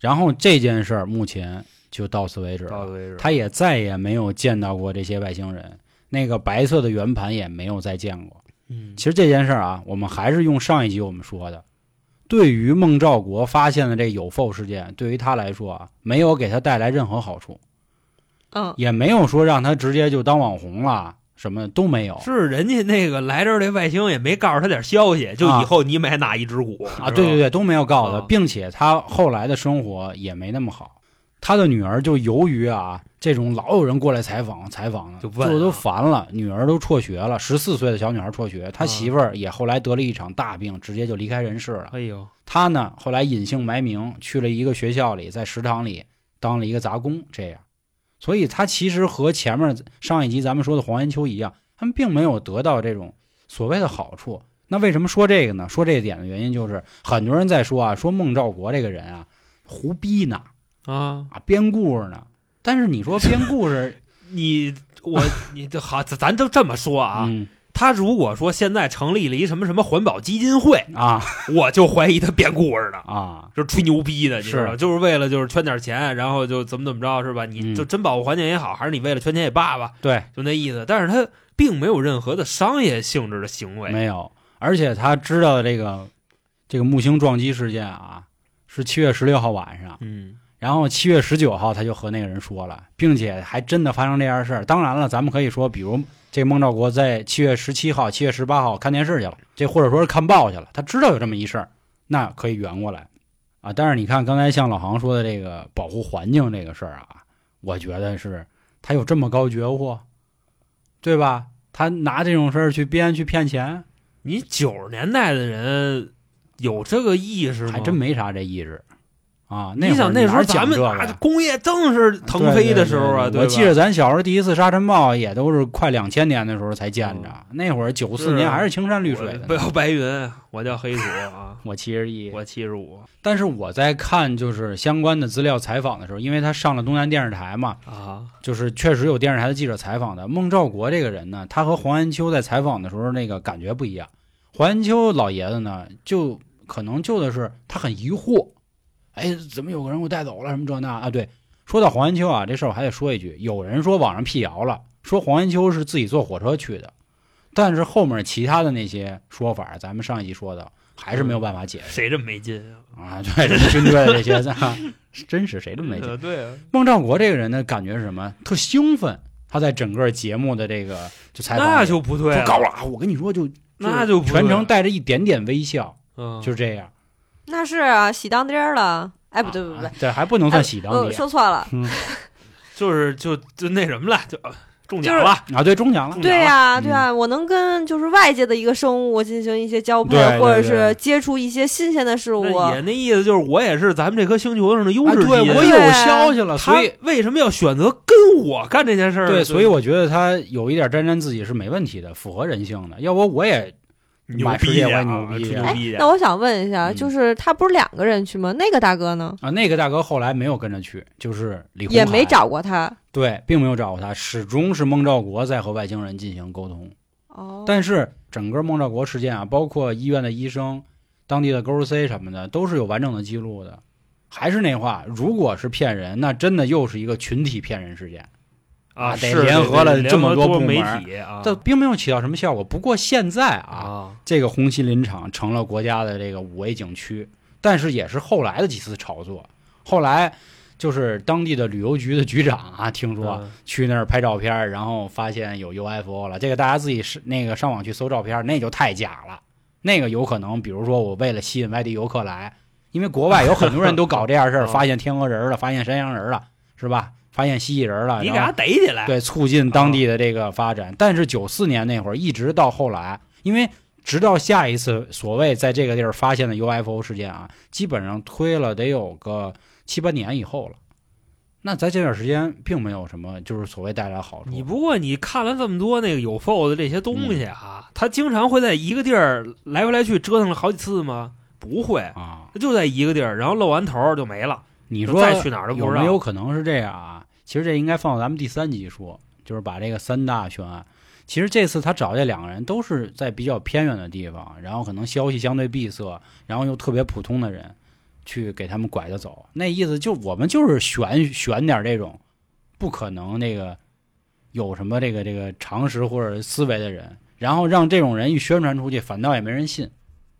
Speaker 1: 然后这件事儿目前就到此为止
Speaker 3: 到
Speaker 1: 了，
Speaker 3: 此为止。
Speaker 1: 他也再也没有见到过这些外星人，那个白色的圆盘也没有再见过。
Speaker 3: 嗯
Speaker 1: 其实这件事儿啊，我们还是用上一集我们说的，对于孟兆国发现的这有 f 事件，对于他来说啊，没有给他带来任何好处，
Speaker 4: 嗯，
Speaker 1: 也没有说让他直接就当网红了，什么都没有。
Speaker 3: 是人家那个来这儿这外星也没告诉他点消息，就
Speaker 1: 啊
Speaker 3: 以后你买哪一只股
Speaker 1: 啊，对对，对，都没有告诉他，
Speaker 3: 啊
Speaker 1: 并且他后来的生活也没那么好。他的女儿就由于啊这种老有人过来采访采访呢，
Speaker 3: 就问啊
Speaker 1: 都烦了，女儿都辍学了，十四岁的小女孩辍学，他
Speaker 3: 啊
Speaker 1: 媳妇儿也后来得了一场大病，直接就离开人世了。
Speaker 3: 哎呦，
Speaker 1: 他呢后来隐姓埋名去了一个学校里，在食堂里当了一个杂工，这样，所以他其实和前面上一集咱们说的黄延秋一样，他们并没有得到这种所谓的好处。那为什么说这个呢？说这一点的原因就是很多人在说啊，说孟兆国这个人啊，胡逼呢
Speaker 3: 啊，
Speaker 1: 啊，编故事呢。但是你说编故事
Speaker 3: 你我你这好，咱咱就这么说啊。
Speaker 1: 嗯
Speaker 3: 他如果说现在成立了一什么什么环保基金会，
Speaker 1: 啊
Speaker 3: 我就怀疑他编故事呢。
Speaker 1: 啊，
Speaker 3: 就是吹牛逼的，你
Speaker 1: 是
Speaker 3: 知道，就是为了就是圈点钱，然后就怎么怎么着是吧？
Speaker 1: 嗯
Speaker 3: 你就真保护环境也好，还是你为了圈钱也罢吧，
Speaker 1: 对，
Speaker 3: 就那意思。但是他并没有任何的商业性质的行为，
Speaker 1: 没有。而且他知道这个这个木星撞击事件啊，是七月十六号晚上，
Speaker 3: 嗯，
Speaker 1: 然后七月十九号，他就和那个人说了，并且还真的发生这样的事儿。当然了，咱们可以说，比如这孟兆国在七月十七号、七月十八号看电视去了，这或者说是看报去了，他知道有这么一事儿，那可以圆过来啊。但是你看刚才像老航说的这个保护环境这个事儿啊，我觉得是他有这么高觉悟，对吧？他拿这种事儿去编去骗钱，
Speaker 3: 你九十年代的人有这个意识吗？
Speaker 1: 还真没啥这意志啊。那
Speaker 3: 你想那时候咱
Speaker 1: 讲这
Speaker 3: 们
Speaker 1: 个
Speaker 3: 啊
Speaker 1: 呀，
Speaker 3: 工业正是腾飞的时候
Speaker 1: 对对对
Speaker 3: 啊，
Speaker 1: 对我
Speaker 3: 吧
Speaker 1: 记得咱小时候第一次沙尘暴也都是快两千年的时候才见着，那会儿九四
Speaker 3: 哦是啊
Speaker 1: 年还是青山绿水
Speaker 3: 我
Speaker 1: 的
Speaker 3: 不
Speaker 1: 呢。，
Speaker 3: 要白云，我 叫黑土啊
Speaker 1: 我七十一，
Speaker 3: 我七十五
Speaker 1: 但是我在看就是相关的资料采访的时候，因为他上了东南电视台嘛，
Speaker 3: 啊，
Speaker 1: 就是确实有电视台的记者采访的。孟兆国这个人呢，他和黄延秋在采访的时候那个感觉不一样。黄延秋老爷子呢，就可能就的是他很疑惑，哎，怎么有个人给我带走了什么这那啊？对，说到黄延秋啊，这事儿我还得说一句，有人说网上辟谣了，说黄延秋是自己坐火车去的，但是后面其他的那些说法，咱们上一集说的还是没有办法解释
Speaker 3: 谁这么没劲啊？
Speaker 1: 啊。 对，这军队的这些， 啊真是谁都没解释
Speaker 3: 呃对啊，
Speaker 1: 孟兆国这个人呢，感觉是什么？特兴奋。他在整个节目的这个就采访里，
Speaker 3: 那就不对
Speaker 1: 说
Speaker 3: 了，
Speaker 1: 高了啊！我跟你说，就
Speaker 3: 那就不对
Speaker 1: 全程带着一点点微笑，
Speaker 3: 嗯，
Speaker 1: 就这样。
Speaker 4: 那是啊，喜当爹儿了。哎，不对不对不
Speaker 1: 啊
Speaker 4: 对，
Speaker 1: 这还不能算喜当
Speaker 4: 呃，
Speaker 1: 爹
Speaker 4: 说错了，
Speaker 3: 就是就就那什么了，就呃中奖
Speaker 4: 就是
Speaker 3: 了，
Speaker 1: 啊！对，中奖了，
Speaker 4: 对呀、
Speaker 1: 嗯
Speaker 4: 对呀、我能跟就是外界的一个生物进行一些交配，
Speaker 1: 对对
Speaker 4: 或者
Speaker 1: 对
Speaker 4: 是接触一些新鲜的事物。
Speaker 3: 那也那意思就是我也是咱们这颗星球上的优
Speaker 1: 啊，
Speaker 3: 质
Speaker 1: 对
Speaker 3: 基因。
Speaker 1: 我有消息了，
Speaker 3: 他
Speaker 1: 所以
Speaker 3: 为什么要选择跟我干这件事儿呢？
Speaker 1: 对，所以
Speaker 3: 我
Speaker 1: 我觉得他有一点沾沾自喜是没问题的，符合人性的。要不我也
Speaker 3: 牛
Speaker 1: 满世
Speaker 3: 逼
Speaker 1: 界
Speaker 3: 啊
Speaker 1: 我也牛逼
Speaker 3: 吹
Speaker 1: 啊
Speaker 3: 牛逼啊
Speaker 4: 哎那我想问一下，
Speaker 1: 嗯
Speaker 4: 就是他不是两个人去吗？那个大哥呢，
Speaker 1: 啊，那个大哥后来没有跟着去，就是李红
Speaker 4: 也没
Speaker 1: 找
Speaker 4: 找过他。
Speaker 1: 对，并没有找过他，始终是孟兆国在和外星人进行沟通。
Speaker 4: 哦，
Speaker 1: 但是整个孟兆国事件啊，包括医院的医生、当地的 GOC 什么的，都是有完整的记录的。还是那话，如果是骗人，那真的又是一个群体骗人事件。
Speaker 3: 啊，
Speaker 1: 得
Speaker 3: 是
Speaker 1: 联合了
Speaker 3: 联
Speaker 1: 这么多
Speaker 3: 多
Speaker 1: 部门
Speaker 3: 媒体啊，
Speaker 1: 这并没有起到什么效果。不过现在啊，
Speaker 3: 啊，
Speaker 1: 这个红旗林场成了国家的这个五 A 景区，但是也是后来的几次炒作。后来就是当地的旅游局的局长啊，听说、
Speaker 3: 嗯
Speaker 1: 去那儿拍照片儿，然后发现有 UFO 了。这个大家自己是那个上网去搜照片儿，那就太假了。那个有可能，比如说我为了吸引外地游客来，因为国外有很多人都搞这 样事儿，
Speaker 3: 嗯
Speaker 1: 发现天鹅人儿了，发现山羊人儿了，是吧？发现蜥蜴人儿了，
Speaker 3: 你给
Speaker 1: 然
Speaker 3: 他
Speaker 1: 后
Speaker 3: 逮起来，
Speaker 1: 对促进当
Speaker 3: 啊
Speaker 1: 地的这个发展。但是九四年那会儿，一直到后来，因为直到下一次所谓在这个地儿发现的 UFO 事件啊，基本上推了得有个七八年以后了。那在这段时间，并没有什么就是所谓带来好处。
Speaker 3: 你不过你看了这么多那个有 f 的这些东西
Speaker 1: 嗯
Speaker 3: 啊，他经常会在一个地儿来回来去折腾了好几次吗？不会，
Speaker 1: 啊，
Speaker 3: 他就在一个地儿，然后露完头儿就没了。
Speaker 1: 你
Speaker 3: 你
Speaker 1: 说
Speaker 3: 再去哪儿都
Speaker 1: 有
Speaker 3: 不知道。
Speaker 1: 没有可能是这样啊？其实这应该放到咱们第三集说，就是把这个三大悬案。其实这次他找这两个人都是在比较偏远的地方，然后可能消息相对闭塞，然后又特别普通的人，去给他们拐着走。那意思就我们就是选选点这种不可能那个有什么这个这个常识或者思维的人，然后让这种人一宣传出去，反倒也没人信。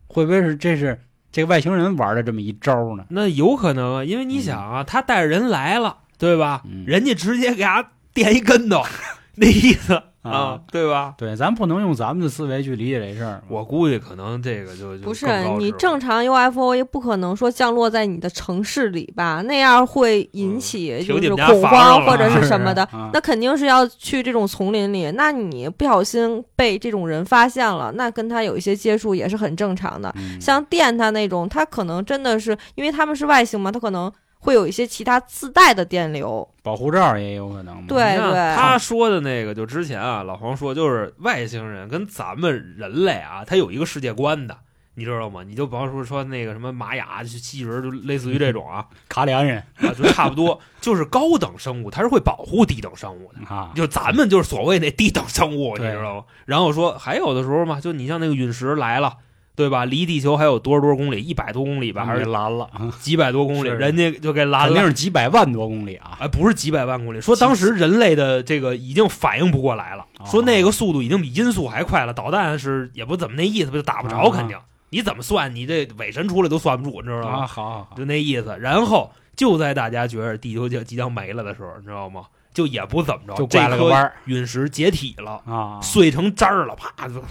Speaker 1: 会不会是这是这个外星人玩的这么一招呢？
Speaker 3: 那有可能啊，因为你想啊，他带着人来了，对吧？
Speaker 1: 嗯
Speaker 3: 人家直接给他垫一跟头， 那意思
Speaker 1: 啊
Speaker 3: 对吧？
Speaker 1: 对，咱不能用咱们的思维去理解这事儿。
Speaker 3: 我估计可能这个就就
Speaker 4: 不是
Speaker 3: 更高
Speaker 4: 你
Speaker 3: 智
Speaker 4: 正常 UFO 也不可能说降落在你的城市里吧？那样会
Speaker 3: 嗯
Speaker 4: 引起
Speaker 3: 挺
Speaker 4: 就
Speaker 3: 你
Speaker 4: 是
Speaker 3: 们家
Speaker 4: 恐
Speaker 3: 房
Speaker 4: 慌
Speaker 3: 上
Speaker 4: 或
Speaker 3: 了
Speaker 4: 者
Speaker 3: 这
Speaker 4: 是什么的。
Speaker 1: 啊、
Speaker 4: 那肯定是要去这种丛林里。那你不小心被这种人发现了，那跟他有一些接触也是很正常的。
Speaker 1: 嗯
Speaker 4: 像电他那种，他可能真的是因为他们是外星嘛，他可能会有一些其他自带的电流。
Speaker 1: 保护罩也有可能嘛。
Speaker 4: 对
Speaker 3: 你看
Speaker 4: 对
Speaker 3: 他说的那个，就之前啊，老黄说，就是外星人跟咱们人类啊，他有一个世界观的，你知道吗？你就比方说说那个什么玛雅、就蜥蜴人，就类似于这种啊，
Speaker 1: 卡里安人
Speaker 3: 啊就差不多， 就是高等生物，他是会保护低等生物的。
Speaker 1: 啊，
Speaker 3: 就咱们就是所谓那低等生物，你
Speaker 1: 对
Speaker 3: 知道吗？然后说还有的时候嘛，就你像那个陨石来了，对吧？离地球还有多少多少公里，一百多公里吧，还
Speaker 1: 是
Speaker 3: 是
Speaker 1: 蓝了，
Speaker 3: 几百多公里？
Speaker 1: 是
Speaker 3: 人家就给拦
Speaker 1: 肯定
Speaker 3: 了。
Speaker 1: 是几百万多公里啊。
Speaker 3: 哎，不是几百万公里，说当时人类的这个已经反应不过来了，
Speaker 1: 哦
Speaker 3: 说那个速度已经比音速还快了，导弹是也不怎么那意思，就打不着，
Speaker 1: 啊
Speaker 3: 肯定。你怎么算？你这尾神出来都算不住，你知道吗？
Speaker 1: 啊，好好好，
Speaker 3: 就那意思。然后就在大家觉得地球就即将没了的时候，你知道吗？就也不怎么着，
Speaker 1: 就拐了个弯儿
Speaker 3: 这颗陨石解体了，
Speaker 1: 啊
Speaker 3: 碎成渣儿了，啪就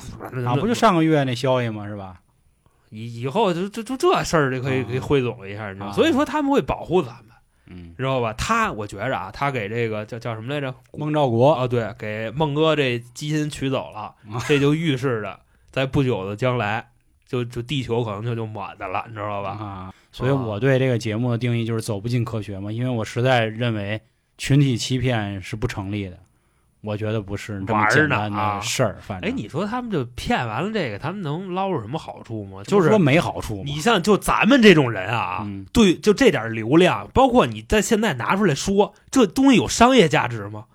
Speaker 1: 啊，不就上个月那消息吗？是吧？
Speaker 3: 以以后就就就这事儿就可以
Speaker 1: 啊
Speaker 3: 可以汇总一下，你知道吗？
Speaker 1: 啊
Speaker 3: 所以说他们会保护咱们，
Speaker 1: 嗯，
Speaker 3: 知道吧？他我觉着啊，他给这个叫叫什么来着？
Speaker 1: 孟兆国
Speaker 3: 啊，对，给孟哥这基因取走了
Speaker 1: 啊，
Speaker 3: 这就预示着在不久的将来，就就地球可能就就满的了，你知道吧？
Speaker 1: 啊，所以我对这个节目的定义就是走不进科学嘛，因为我实在认为群体欺骗是不成立的。我觉得不是这
Speaker 3: 玩
Speaker 1: 么
Speaker 3: 儿
Speaker 1: 简
Speaker 3: 呢
Speaker 1: 单
Speaker 3: 啊
Speaker 1: 的事儿，反正
Speaker 3: 哎，你说他们就骗完了这个，他们能捞着什么好处吗？
Speaker 1: 这
Speaker 3: 就
Speaker 1: 不
Speaker 3: 是
Speaker 1: 说没好处嘛。
Speaker 3: 你像就咱们这种人啊，
Speaker 1: 嗯
Speaker 3: 对，就这点流量，包括你在现在拿出来说，这东西有商业价值吗？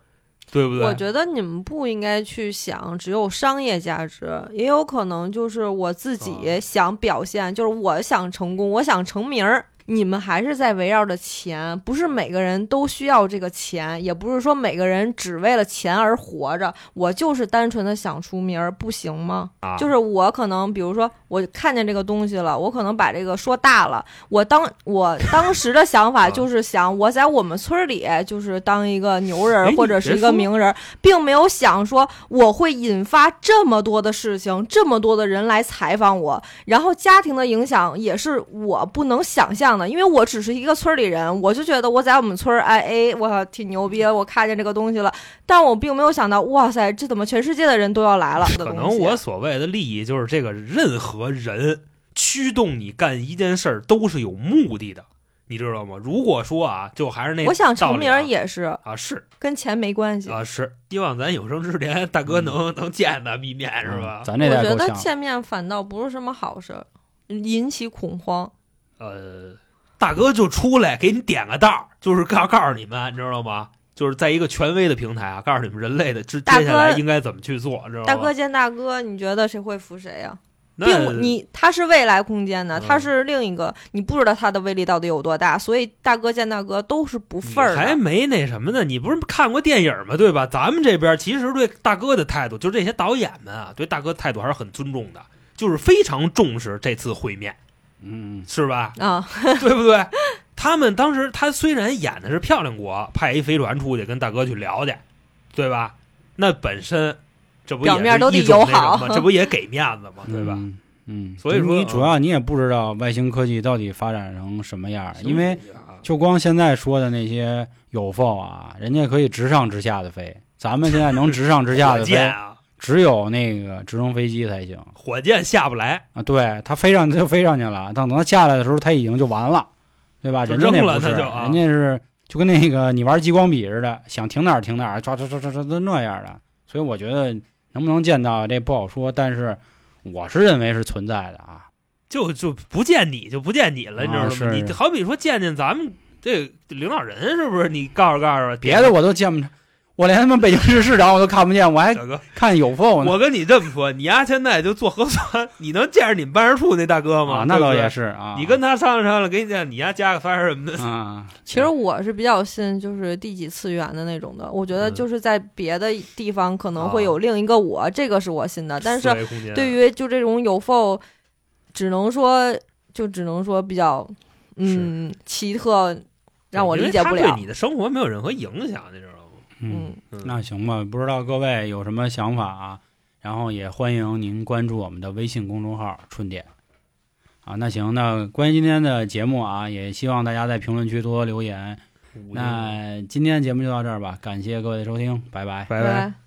Speaker 3: 对不对？
Speaker 4: 我觉得你们不应该去想只有商业价值，也有可能就是我自
Speaker 3: 啊
Speaker 4: 己想表现，就是我想成功，我想成名儿。你们还是在围绕着钱，不是每个人都需要这个钱，也不是说每个人只为了钱而活着。我就是单纯的想出名儿，不行吗？
Speaker 3: 啊
Speaker 4: 就是我可能，比如说我看见这个东西了，我可能把这个说大了。我当我当时的想
Speaker 3: 啊
Speaker 4: 法就是想，我在我们村儿里就是当一个牛人
Speaker 3: 哎
Speaker 4: 儿
Speaker 3: 你
Speaker 4: 或者是
Speaker 3: 别
Speaker 4: 一个
Speaker 3: 说
Speaker 4: 名人，并没有想说我会引发这么多的事情，这么多的人来采访我，然后家庭的影响也是我不能想象的，因为我只是一个村儿里人，我就觉得我在我们村儿，哎哎，我操，挺牛逼的，我看见这个东西了，但我并没有想到，哇塞，这怎么全世界的人都要来了？这个
Speaker 3: 可
Speaker 4: 东
Speaker 3: 能
Speaker 4: 西
Speaker 3: 我所谓的利益就是这个，任何人驱动你干一件事儿都是有目的的，你知道吗？如果说啊，就还是那
Speaker 4: 我想
Speaker 3: 道
Speaker 4: 成
Speaker 3: 理
Speaker 4: 名
Speaker 3: 啊
Speaker 4: 儿也是
Speaker 3: 啊是
Speaker 4: 跟钱没关系。
Speaker 3: 啊是，希望咱有生之年大哥能、能见咱们一面是吧
Speaker 1: 嗯？咱
Speaker 4: 我
Speaker 1: 这代
Speaker 4: 觉
Speaker 1: 够
Speaker 4: 得
Speaker 1: 呛了。
Speaker 4: 见面反倒不是什么好事儿，嗯引起恐慌。
Speaker 3: 呃，大哥就出来给你点个道儿，就是告告诉你们，你知道吗？就是在一个权威的平台啊，告诉你们人类的接
Speaker 4: 大
Speaker 3: 接
Speaker 4: 哥
Speaker 3: 下来应该怎么去做，知道吗？
Speaker 4: 大哥见大哥，你觉得谁会服谁呀、啊
Speaker 3: 那
Speaker 4: 并你它是未来空间的，
Speaker 3: 嗯
Speaker 4: 它是另一个，你不知道它的威力到底有多大，所以大哥见大哥都是不忿儿
Speaker 3: 你还
Speaker 4: 的。
Speaker 3: 没那什么呢？你不是看过电影吗？对吧？咱们这边其实对大哥的态度，就是这些导演们啊，对大哥态度还是很尊重的，就是非常重视这次会面，
Speaker 1: 嗯，
Speaker 3: 是吧？
Speaker 4: 啊，
Speaker 3: 对不对？他们当时他虽然演的是漂亮国，派一飞船出去跟大哥去聊去，对吧？那本身这不也
Speaker 4: 表面都
Speaker 3: 是
Speaker 4: 得
Speaker 3: 一种
Speaker 4: 友
Speaker 3: 那什
Speaker 4: 好
Speaker 3: 么这不也给面子吗？对吧？
Speaker 1: 嗯？嗯，
Speaker 3: 所以说
Speaker 1: 你主要你也不知道外星科技到底发展成什么样儿，因为就光现在说的那些有否啊，人家可以直上直下的飞，咱们现在能直上直下
Speaker 3: 火
Speaker 1: 的
Speaker 3: 箭
Speaker 1: 飞，
Speaker 3: 啊，
Speaker 1: 只有那个直升飞机才行
Speaker 3: 火箭下不来，
Speaker 1: 啊。对，它飞上它就飞上去了，等等它下来的时候，它已经就完了，对吧？
Speaker 3: 就
Speaker 1: 人家那
Speaker 3: 扔了
Speaker 1: 不是，
Speaker 3: 它就啊
Speaker 1: 人家是就跟那个你玩激光笔似的，想停哪儿停哪儿，抓抓抓抓抓都那样的。所以我觉得能不能见到这不好说，但是我是认为是存在的啊。
Speaker 3: 就就不见你就不见你了，
Speaker 1: 啊
Speaker 3: 你知道吗？
Speaker 1: 是
Speaker 3: 你好比说见见咱们这领导人是不是？你告诉告诉
Speaker 1: 别的我都见不着，我连他们北京市市长我都看不见，我 还
Speaker 3: 大哥，
Speaker 1: 看有缝呢。
Speaker 3: 我跟你这么说，你丫现在就做核酸，你能见着你们办事处那大哥吗？
Speaker 1: 啊，那倒
Speaker 3: 对不对
Speaker 1: 也。是啊。
Speaker 3: 你跟他商量商量，给你讲，你丫加个番儿什么的，
Speaker 1: 啊，
Speaker 4: 其实我是比较信就是第几次元的那种的，我觉得
Speaker 3: 嗯
Speaker 4: 就是在别的地方可能
Speaker 3: 啊
Speaker 4: 会有另一个我，这个是我信的，但是
Speaker 3: 四维空间
Speaker 4: 对于就这种有否，只能说就只能说比较嗯奇特，让我理解不
Speaker 3: 因为他
Speaker 4: 了
Speaker 3: 对。你的生活没有任何影响，你知道吗？
Speaker 1: 嗯，
Speaker 4: 嗯，
Speaker 3: 嗯
Speaker 1: 那行吧，不知道各位有什么想法啊？然后也欢迎您关注我们的微信公众号“春点”。啊，那行，那关于今天的节目啊，也希望大家在评论区多多留言。
Speaker 3: 五星
Speaker 1: 那今天节目就到这儿吧，感谢各位的收听，拜拜。
Speaker 3: 拜
Speaker 4: 拜拜。